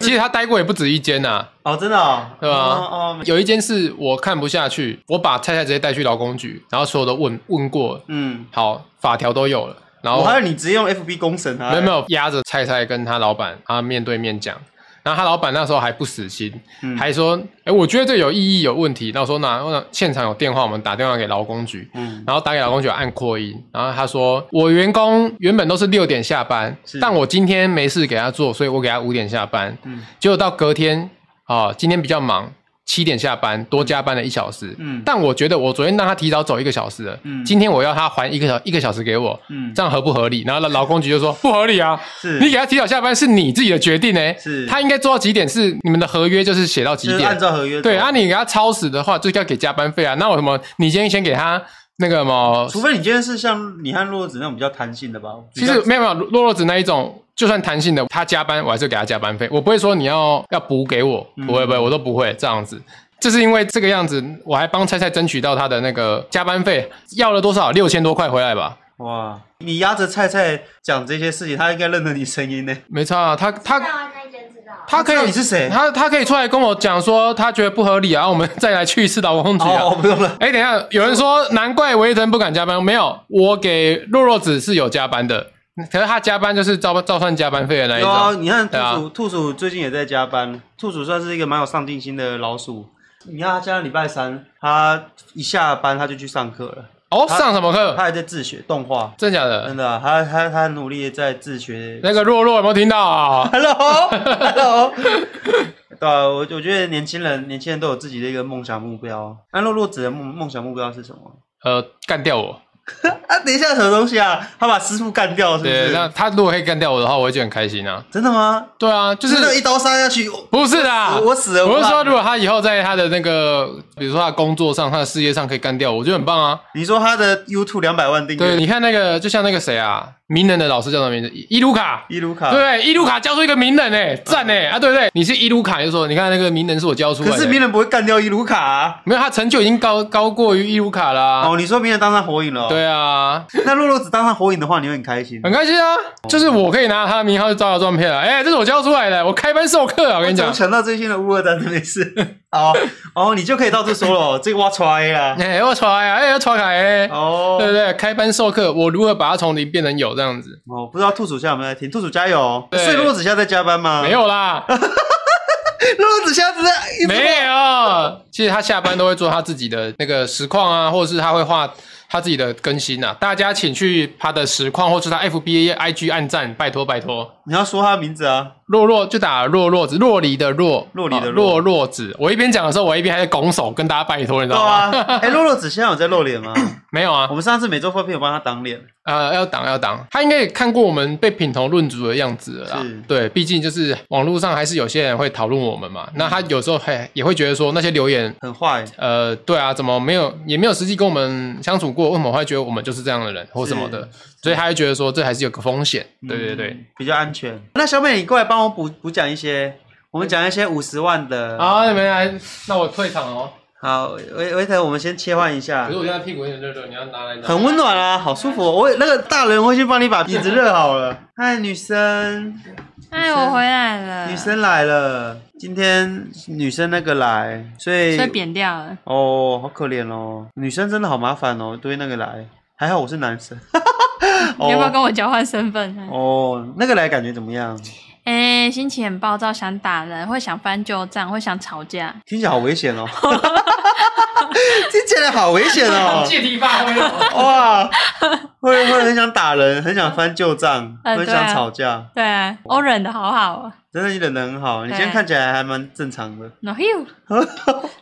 Speaker 1: 其实他待过也不止一间呐、
Speaker 2: 哦，真的哦，
Speaker 1: 对吧啊
Speaker 2: 哦哦，
Speaker 1: 有一间是我看不下去，我把菜菜直接带去劳工局，然后所有都问问过，
Speaker 2: 嗯，
Speaker 1: 好，法条都有了，然后
Speaker 2: 我还有你直接用 FB 工程啊，
Speaker 1: 没有没有压着菜菜跟他老板，他面对面讲。然后他老板那时候还不死心，
Speaker 2: 嗯
Speaker 1: 还说：“哎，我觉得这有异议，有问题。”那我说：“那那现场有电话，我们打电话给劳工局。”
Speaker 2: 嗯
Speaker 1: 然后打给劳工局按扩音，然后他说：“我员工原本都是六点下班
Speaker 2: 是，
Speaker 1: 但我今天没事给他做，所以我给他五点下班。
Speaker 2: 嗯
Speaker 1: 结果到隔天啊、今天比较忙，七点下班，多加班了一小时。
Speaker 2: 嗯
Speaker 1: 但我觉得我昨天让他提早走一个小时了，
Speaker 2: 嗯
Speaker 1: 今天我要他还一个小一个小时给我，
Speaker 2: 嗯，
Speaker 1: 这样合不合理？然后劳工局就说 不合理啊，
Speaker 2: 是
Speaker 1: 你给他提早下班是你自己的决定呢、
Speaker 2: 是
Speaker 1: 他应该做到几点是你们的合约就是写到几
Speaker 2: 就是按
Speaker 1: 点，
Speaker 2: 照合约走
Speaker 1: 对啊，，你给他超时的话就要给加班费啊。那我什么，你今天先给他那个什么，
Speaker 2: 除非你今天是像你和洛子那种比较弹性的吧，
Speaker 1: 其
Speaker 2: 比
Speaker 1: 实
Speaker 2: 较
Speaker 1: 没有没有洛洛子那一种。就算弹性的，他加班我还是给他加班费，我不会说你要要补给我，不会不会，我都不会这样子。就是因为这个样子，我还帮菜菜争取到他的那个加班费，要了多少？六千多块回来吧。
Speaker 2: 哇，你压着菜菜讲这些事情，他应该认得你声音呢。
Speaker 1: 没差啊，他他
Speaker 3: 知道啊那一间知道啊。
Speaker 1: 他可
Speaker 2: 知道
Speaker 1: 以
Speaker 2: 你是谁
Speaker 1: 他他可以出来跟我讲说他觉得不合理啊，我们 再来去一次劳工局啊。
Speaker 2: 哦，不用了，
Speaker 1: 哎、等一下，有人说难怪维腾不敢加班，没有，我给洛洛子是有加班的，可是他加班就是照照算加班费的那一
Speaker 2: 有啊，
Speaker 1: 种。
Speaker 2: 你看兔
Speaker 1: 对啊
Speaker 2: 鼠，兔鼠最近也在加班。兔鼠算是一个蛮有上进心的老鼠。你看他加上礼拜三，他一下班他就去上课了，
Speaker 1: 哦，
Speaker 2: 他
Speaker 1: 上什么
Speaker 2: 他
Speaker 1: 课？
Speaker 2: 还在自学动画，
Speaker 1: 真假的
Speaker 2: 真？的啊、他他他很努力地在自学。
Speaker 1: 那个洛洛有没有听到啊？
Speaker 2: Hello，Hello，对啊，我我觉得年轻人年轻人都有自己的一个梦想目标。那洛洛子的梦梦想目标是什么？
Speaker 1: 呃，干掉我。
Speaker 2: 啊，等一下什么东西啊？他把师傅干掉是不
Speaker 1: 对，那
Speaker 2: 是？
Speaker 1: 他如果可以干掉我的话，我会觉得很开心啊。
Speaker 2: 真的吗？
Speaker 1: 对啊，就
Speaker 2: 就是是那一刀杀下去，我
Speaker 1: 不是啦，
Speaker 2: 我死了
Speaker 1: 我是
Speaker 2: 我
Speaker 1: 说，
Speaker 2: 怕
Speaker 1: 如果他以后在他的那个，比如说他的工作上、他的事业上可以干掉我，我觉得很棒啊。
Speaker 2: 你说他的 YouTube 两百万订
Speaker 1: 对，
Speaker 2: 阅，
Speaker 1: 你看那个，就像那个谁啊，名人的老师叫什么名字？伊伊鲁卡。
Speaker 2: 伊卢卡，
Speaker 1: 对不啊对，伊鲁卡教出一个名人哎，赞哎啊，对不对？你是伊鲁卡，你就说你看那个名人是我教出来的，
Speaker 2: 可是名人不会干掉伊卢卡、啊。
Speaker 1: 没有他成就已经高高过于伊鲁卡啦、
Speaker 2: 哦，你说名人当上火影了、哦？。
Speaker 1: 啊对啊，
Speaker 2: 那洛洛子当上火影的话，你会很开心。
Speaker 1: 很开心啊，
Speaker 2: 哦
Speaker 1: 就是我可以拿他的名号去招摇撞骗了，哎，这是我教出来的，我开班授课啊，我跟你
Speaker 2: 怎么
Speaker 1: 讲，
Speaker 2: 想到最新的乌二战没事？ 哦哦，你就可以到处说了，这个挖出来啦。
Speaker 1: 哎，我传呀，哎，我传开哎，
Speaker 2: 哦
Speaker 1: 对不对？开班授课，我如何把它从零变成有这样子？
Speaker 2: 哦，不知道兔鼠现在有没有在听？兔鼠加油哦！
Speaker 1: 对
Speaker 2: 所以洛洛子现在在加班吗？
Speaker 1: 没，有啦，
Speaker 2: 洛洛子现在只在一 直
Speaker 1: 没有。其实他下班都会做他自己的那个实况啊，或者是他会画他自己的更新啊。大家请去他的实况，或是他 FB、IG 按赞，拜托拜托。
Speaker 2: 你要说他的名字啊。
Speaker 1: 洛洛就打洛洛子，洛梨的洛，
Speaker 2: 洛梨的
Speaker 1: 啊
Speaker 2: 洛
Speaker 1: 洛洛子。我一边讲的时候，我一边还在拱手跟大家拜托，你知
Speaker 2: 对
Speaker 1: 道吗？
Speaker 2: 啊，哎，洛洛子现在有在露 脸吗？
Speaker 1: 没有啊
Speaker 2: 我，们上次每周发片有帮他挡脸，
Speaker 1: 呃，要挡要挡。他应该也看过我们被品头论足的样子了啦
Speaker 2: 是。
Speaker 1: 对，毕竟就是网络上还是有些人会讨论我们嘛。那他有时候还也会觉得说那些留言
Speaker 2: 很坏。
Speaker 1: 呃，对啊，怎么没有也没有实际跟我们相处过，为什么会觉得我们就是这样的人或什么的？所以他会觉得说这还是有个风险。对对对，
Speaker 2: 嗯，比较安全。那小美，你过来帮我补补讲一些，我们讲一些五十万的。
Speaker 1: 好，你们来，那我退场哦。
Speaker 2: 好，维维特，我们先切换一下
Speaker 1: 可是，我现在屁股有点热热，你要拿来拿。
Speaker 2: 很温暖啊，好舒服哦、我那个大人会去帮你把椅子热好了。嗨，女生，
Speaker 4: 哎，我回来了，
Speaker 2: 女生来了，今天女生那个来，所以
Speaker 4: 被扁掉了。
Speaker 2: 哦，好可怜哦，女生真的好麻烦哦，对那个来，还好我是男生。
Speaker 4: 你要不要
Speaker 2: 哦
Speaker 4: 跟我交换身份？啊
Speaker 2: 哦，那个来感觉怎么样？
Speaker 4: 哎、妹心情很暴躁，想打人，会想翻旧账，会想吵架。
Speaker 2: 听起来好危险 哦，听起来好危险哦，
Speaker 1: 借题发挥 哦。
Speaker 2: 哇，会会很想打人，很想翻旧账，
Speaker 4: 呃
Speaker 2: 会
Speaker 4: 对啊
Speaker 2: 想吵架。
Speaker 4: 对啊，我忍的好好哦。
Speaker 2: 真的，你忍得很好，你今天
Speaker 4: 对
Speaker 2: 看起来还蛮正常的。
Speaker 4: No you，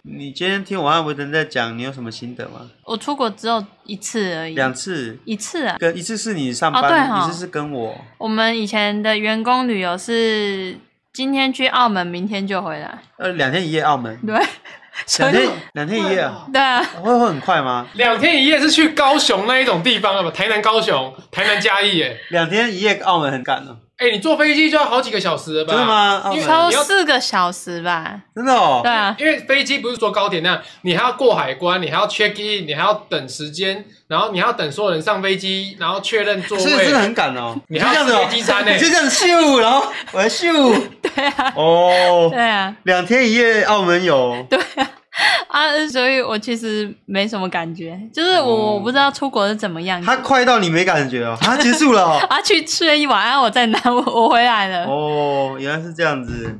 Speaker 2: 你今天听我和维腾在讲，你有什么心得吗？
Speaker 4: 我出国只有一次而已，
Speaker 2: 两次，
Speaker 4: 一次啊。
Speaker 2: 跟一次是你上
Speaker 4: 哦对
Speaker 2: 班，
Speaker 4: 哦
Speaker 2: 一次是跟我。
Speaker 4: 我们以前的员工旅游是今天去澳门，明天就回来。
Speaker 2: 呃，两天一夜澳 门，
Speaker 4: 对，所
Speaker 2: 两
Speaker 4: 以
Speaker 2: 天两天一夜啊，
Speaker 4: 对啊，
Speaker 2: 会会很快吗？
Speaker 1: 两天一夜是去高雄那一种地方啊，不，台南高雄、台南嘉义，哎，
Speaker 2: 两天一夜澳门很赶哦，
Speaker 1: 哎，你坐飞机就要好几个小时了吧？
Speaker 2: 真的？吗？澳
Speaker 1: 因为
Speaker 2: 门
Speaker 4: 超
Speaker 1: 你要
Speaker 4: 四个小时吧。
Speaker 2: 真的哦
Speaker 4: 对，啊，
Speaker 1: 因为飞机不是坐高铁那样，你还要过海关，你还要 check in，你还要等时间，然后你还要等所有人上飞机，然后确认座
Speaker 2: 所以真的
Speaker 1: 位。
Speaker 2: 很赶哦。
Speaker 1: 你
Speaker 2: 就
Speaker 1: 还
Speaker 2: 这
Speaker 1: 要
Speaker 2: 样子
Speaker 1: 吃
Speaker 2: 哦
Speaker 1: 飞机餐呢
Speaker 2: 你就这样咻，然 后我来咻。
Speaker 4: 对啊，
Speaker 2: 哦，
Speaker 4: 对啊，
Speaker 2: 两天一夜澳门有，
Speaker 4: 对啊。啊，所以我其实没什么感觉，就是
Speaker 2: 哦
Speaker 4: 我我不知道出国是怎么样子
Speaker 2: 它快到你没感觉哦，它结束了哦。
Speaker 4: 啊，去吃了一晚啊，我在哪？ 我我回来 了。
Speaker 2: 哦，原来是这样子。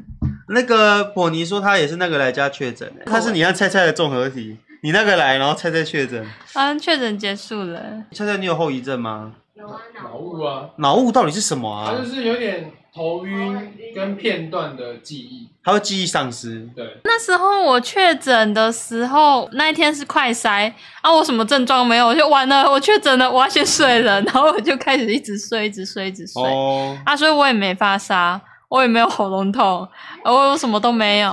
Speaker 2: 那个porni 说他也是那个来家确
Speaker 4: 哦
Speaker 2: 诊的，他是你和菜菜的综合体，你那个来，然后菜菜确诊。
Speaker 4: 啊，确诊结束了。
Speaker 2: 菜菜，你有后遗症吗？
Speaker 3: 有啊，脑
Speaker 1: 脑
Speaker 3: 雾
Speaker 1: 雾啊，
Speaker 2: 脑雾到底是什么
Speaker 1: 它就
Speaker 2: 啊？
Speaker 1: 是有点头晕跟片段的记忆。
Speaker 2: 还有记忆丧失。
Speaker 1: 对，
Speaker 4: 那时候我确诊的时候，那一天是快筛啊，我什么症状没有，我就完了，我确诊了，我要先睡了，然后我就开始一直睡，一直睡，一直睡、
Speaker 2: 哦，
Speaker 4: 啊，所以我也没发烧，我也没有喉咙痛，呃我我什么都没有，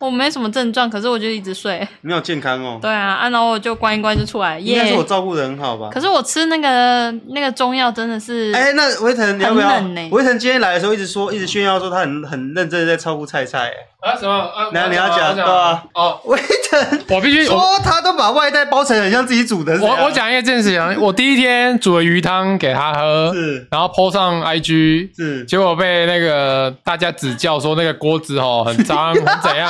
Speaker 4: 我没什么症状，可是我就一直睡，
Speaker 2: 没有健康哦。
Speaker 4: 对啊，啊，然后我就关一关就出来，
Speaker 2: 应
Speaker 4: 耶、
Speaker 2: 该是我照顾的很好吧
Speaker 4: 可。是我吃那个那个中药真的是，
Speaker 2: 哎、那维腾，你要不要
Speaker 4: 很冷欸呢？
Speaker 2: 维腾今天来的时候一直说，一直炫耀说他很很认真的在照顾菜 菜。
Speaker 1: 啊什么？啊，
Speaker 2: 那
Speaker 1: 我
Speaker 2: 你要
Speaker 1: 我
Speaker 2: 讲对啊
Speaker 1: 哦，
Speaker 2: 维腾
Speaker 1: 我必须我
Speaker 2: 说他都把外带包成很像自己煮的。
Speaker 1: 我我讲一个正事情，啊我第一天煮了鱼汤给他喝，
Speaker 2: 是
Speaker 1: 然后 PO 上 IG，
Speaker 2: 是，
Speaker 1: 结果被那个大家指教说那个锅子哦很脏，很怎 样？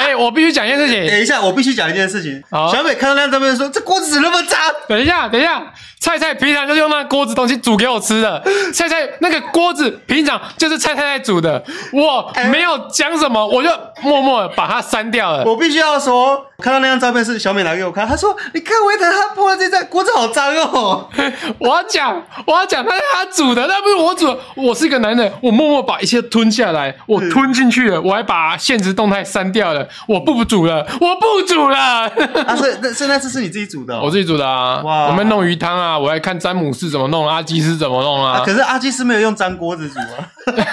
Speaker 1: 哎、我必须讲一件事情
Speaker 2: 等，一下，我必须讲一件事情。
Speaker 1: 好
Speaker 2: 小美看到那照片说：“这锅子怎么那么脏
Speaker 1: 等一下，等一下，菜菜平常就是用那锅子东西煮给我吃的，菜菜那个锅子平常就是菜菜在煮的，我没有讲什么，我就默默地把它删掉？”了。
Speaker 2: 我必须要说，看到那张照片是小美拿给我看，她说：“你看维腾他泼了这张锅子好脏哦。
Speaker 1: 我要讲，我要讲，那是他煮的，那不是我煮的。我是一个男人，我默默把一切吞下来，我吞进去了，我还把现实动态删掉了，我不煮了，我不煮了。”
Speaker 2: 啊，所以那所以那次是你自己煮的、哦。
Speaker 1: 我自己煮的啊，
Speaker 2: 哇
Speaker 1: 我们弄鱼汤啊，我还看詹姆斯怎么弄，阿基斯怎么弄
Speaker 2: 啊，
Speaker 1: 啊。
Speaker 2: 可是阿基斯没有用脏锅子煮啊。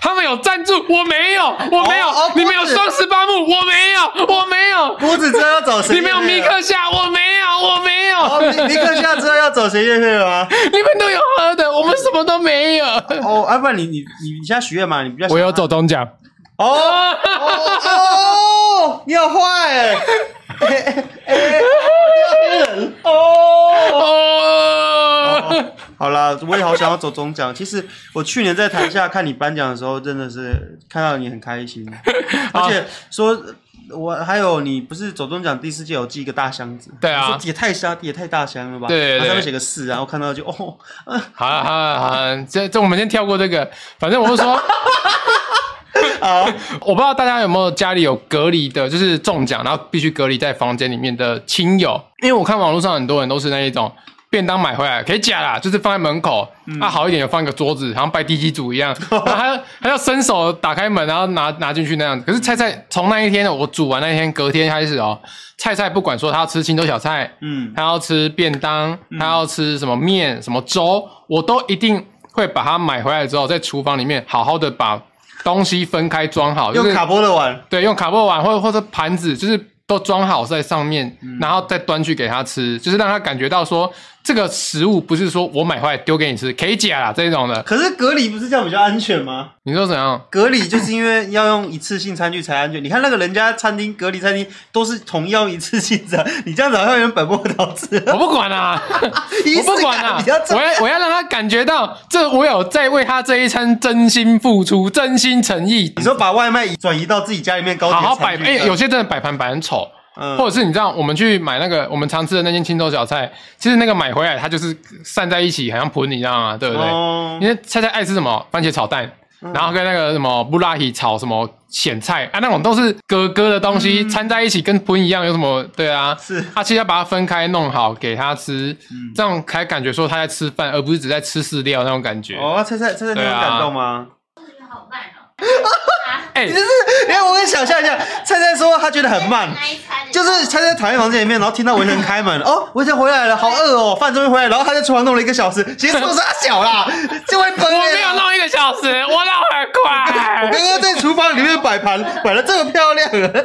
Speaker 1: 他们有赞助，我没有，我没有。
Speaker 2: 哦哦
Speaker 1: 你们有
Speaker 2: 不是
Speaker 1: 双十八木，我没有，我没有。
Speaker 2: 锅子知道要找谁？
Speaker 1: 你们有米克。夏，我没有，我没有。
Speaker 2: 哦，尼尼克夏知道要找谁约会了吗？
Speaker 1: 你们都有喝的，我们什么都没有。
Speaker 2: 哦，啊，不然你你你你现在许愿嘛，你比较喜
Speaker 1: 我
Speaker 2: 欢
Speaker 1: 有走中奖，
Speaker 2: 哦哦哦，你好坏哎、
Speaker 1: 哦。
Speaker 2: 好啦，我也好想要走中奖。其实我去年在台下看你颁奖的时候，真的是看到你很开 心，而且说。我还有你不是走中奖第四届有寄一个大箱子，
Speaker 1: 对啊
Speaker 2: 我说也太箱也太大箱了吧？
Speaker 1: 对对对
Speaker 2: 然后上面写个四，然后看到就哦，
Speaker 1: 好了好了好了，这这我们先跳过这个，反正我是说，
Speaker 2: 啊，
Speaker 1: 我不知道大家有没有家里有隔离的，就是中奖然后必须隔离在房间里面的亲友，因为我看网络上很多人都是那一种。便当买回来可以假啦，就是放在门口，啊好一点有放一个桌子，好像拜地基主一样，然后还要还要伸手打开门，然后拿拿进去那样子。可是菜菜从那一天我煮完那一天，隔天开始哦，菜菜不管说她要吃青州小菜，
Speaker 2: 嗯，
Speaker 1: 他要吃便当，他要吃什么面、什么粥，我都一定会把它买回来之后，在厨房里面好好的把东西分开装好，就
Speaker 2: 用
Speaker 1: 是
Speaker 2: 卡波的碗，
Speaker 1: 对，用卡布碗或者或者盘子，就是都装好在上面，
Speaker 2: 嗯
Speaker 1: 然后再端去给他吃，就是让他感觉到说这个食物不是说我买回来丢给你吃，可以假啦这种的。
Speaker 2: 可是隔离不是这样比较安全吗？
Speaker 1: 你说怎样？
Speaker 2: 隔离就是因为要用一次性餐具才安全。你看那个人家餐厅隔离餐厅都是同样一次性的，你这样子好像有点本末倒置。
Speaker 1: 我不管 啦、
Speaker 2: 仪
Speaker 1: 我不
Speaker 2: 式
Speaker 1: 管啊啦、
Speaker 2: 感比较
Speaker 1: 我
Speaker 2: 重
Speaker 1: 要我要让他感觉到这我有在为他这一餐真心付出、真心诚意。
Speaker 2: 你说把外卖转移到自己家里面高
Speaker 1: 好
Speaker 2: 铁
Speaker 1: 好摆，
Speaker 2: 哦餐具
Speaker 1: 哎、
Speaker 2: 上
Speaker 1: 有些真的摆盘摆很丑，
Speaker 2: 嗯
Speaker 1: 或者是你知道，我们去买那个我们常吃的那间青州小菜，其实那个买回来它就是散在一起，好像盆，你知道吗？对不对？哎
Speaker 2: 哦嗯
Speaker 1: 因为菜菜爱吃什么？番茄炒蛋，然后跟那个什么布拉提炒什么咸菜啊，那种都是格格的东
Speaker 2: 嗯
Speaker 1: 西掺在一起，跟喷一样，有什么对啊？
Speaker 2: 是
Speaker 1: 他其实要把它分开弄好给他吃，
Speaker 2: 嗯
Speaker 1: 这样才感觉说他在吃饭，而不是只在吃饲料那种感觉。
Speaker 2: 哦，菜菜菜菜，你
Speaker 1: 对
Speaker 2: 有
Speaker 1: 啊
Speaker 2: 感动吗？
Speaker 3: 好慢哦。
Speaker 1: 哎、
Speaker 2: 因为我可以想象一下，菜菜说她觉得很慢，
Speaker 3: 那一餐
Speaker 2: 就是菜菜躺在房间里面，然后听到文人开门，哦，文人回来了，好饿哦，饭终于回来，然后她在厨房弄了一个小时，其实是不是她小啦， 就会崩
Speaker 1: 我
Speaker 2: 溃
Speaker 1: 没有
Speaker 2: 啦。
Speaker 1: 弄一个小时，我弄很
Speaker 2: 我
Speaker 1: 快，
Speaker 2: 刚刚在厨房里面摆盘，摆的这么漂亮啊！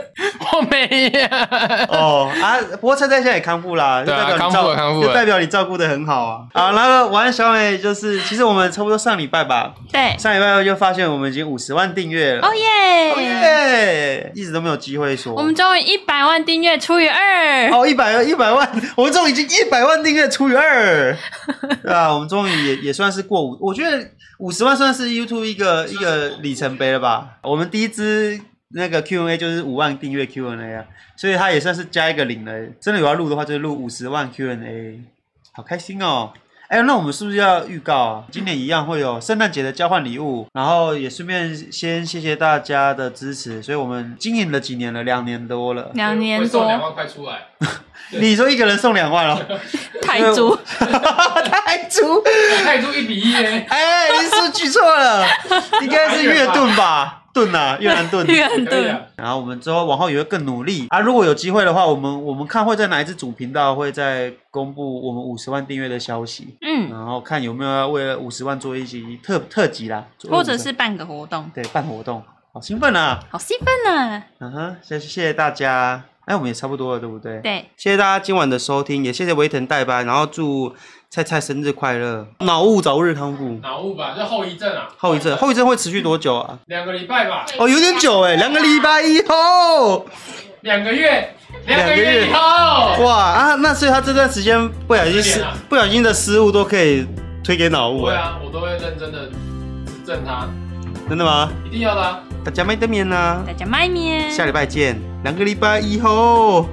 Speaker 1: 我没有。
Speaker 2: 哦啊，不过菜菜现在也康复啦，就
Speaker 1: 对啊
Speaker 2: 代表你
Speaker 1: 康复
Speaker 2: 照
Speaker 1: 了康复了
Speaker 2: 就代表你照顾的很好啊。啊，然后晚安小美就是，其实我们差不多上礼拜吧，
Speaker 4: 对，
Speaker 2: 上礼拜就发现我们已经五十万订阅了，
Speaker 4: 哦
Speaker 2: 哦
Speaker 4: 耶！
Speaker 2: 耶，一直都没有机会说。
Speaker 4: 我们终于一百万订阅除以二，
Speaker 2: 哦，一百一百万，我们终于已经一百万订阅除以 二，对啊，我们终于也也算是过五，我觉得五十万算是 YouTube 一个一个里程碑了吧。我们第一支那个 Q&A 就是五万订阅 Q&A 啊，所以它也算是加一个零了。真的有要录的话，就是录五十万 Q&A，好开心哦。哎，那我们是不是要预告啊？今年一样会有圣诞节的交换礼物，然后也顺便先谢谢大家的支持，所以我们经营了几年了，两年多了。
Speaker 4: 两年
Speaker 1: 两
Speaker 4: 多，
Speaker 1: 万块出来，
Speaker 2: 你说一个人送两万哦，
Speaker 4: 泰铢，
Speaker 2: 太猪！
Speaker 1: 泰铢一比一 耶，
Speaker 2: 哎，你是不是举错 了，应该是越盾吧？盾啊，越南 盾。
Speaker 4: 越南盾。
Speaker 1: 啊
Speaker 2: 然后我们之后往后也会更努力啊！如果有机会的话，我们我们看会在哪一支主频道会再公布我们五十万订阅的消息，
Speaker 4: 嗯，
Speaker 2: 然后看有没有要为了五十万做一集特特辑啦，做
Speaker 4: 或者
Speaker 2: 50
Speaker 4: 是办个活动，
Speaker 2: 对办活动，好兴奋啊！
Speaker 4: 好兴奋啊！
Speaker 2: 嗯哼，谢谢谢谢大家，哎，我们也差不多了，对不对？
Speaker 4: 对，
Speaker 2: 谢谢大家今晚的收听，也谢谢维腾代班，然后祝菜菜生日快乐，脑雾早日康复。
Speaker 1: 脑雾吧，就后遗症啊，
Speaker 2: 后遗症，后遗症会持续多久啊？
Speaker 1: 两个礼拜吧，
Speaker 2: 哦，有点久哎，两个礼拜以后，
Speaker 1: 两个月，
Speaker 2: 两个月
Speaker 1: 后，哇
Speaker 2: 哇啊，那所以他这段时间不小心
Speaker 1: 失
Speaker 2: 失
Speaker 1: 联了
Speaker 2: 不小心的失误都可以推给脑雾
Speaker 1: 不会
Speaker 2: 哎，
Speaker 1: 啊，我都会认真的指正他，
Speaker 2: 真的吗？
Speaker 1: 一定要的啊。
Speaker 2: 大家麦德面呐，
Speaker 4: 大家麦面，
Speaker 2: 下礼拜见，两个礼拜以后。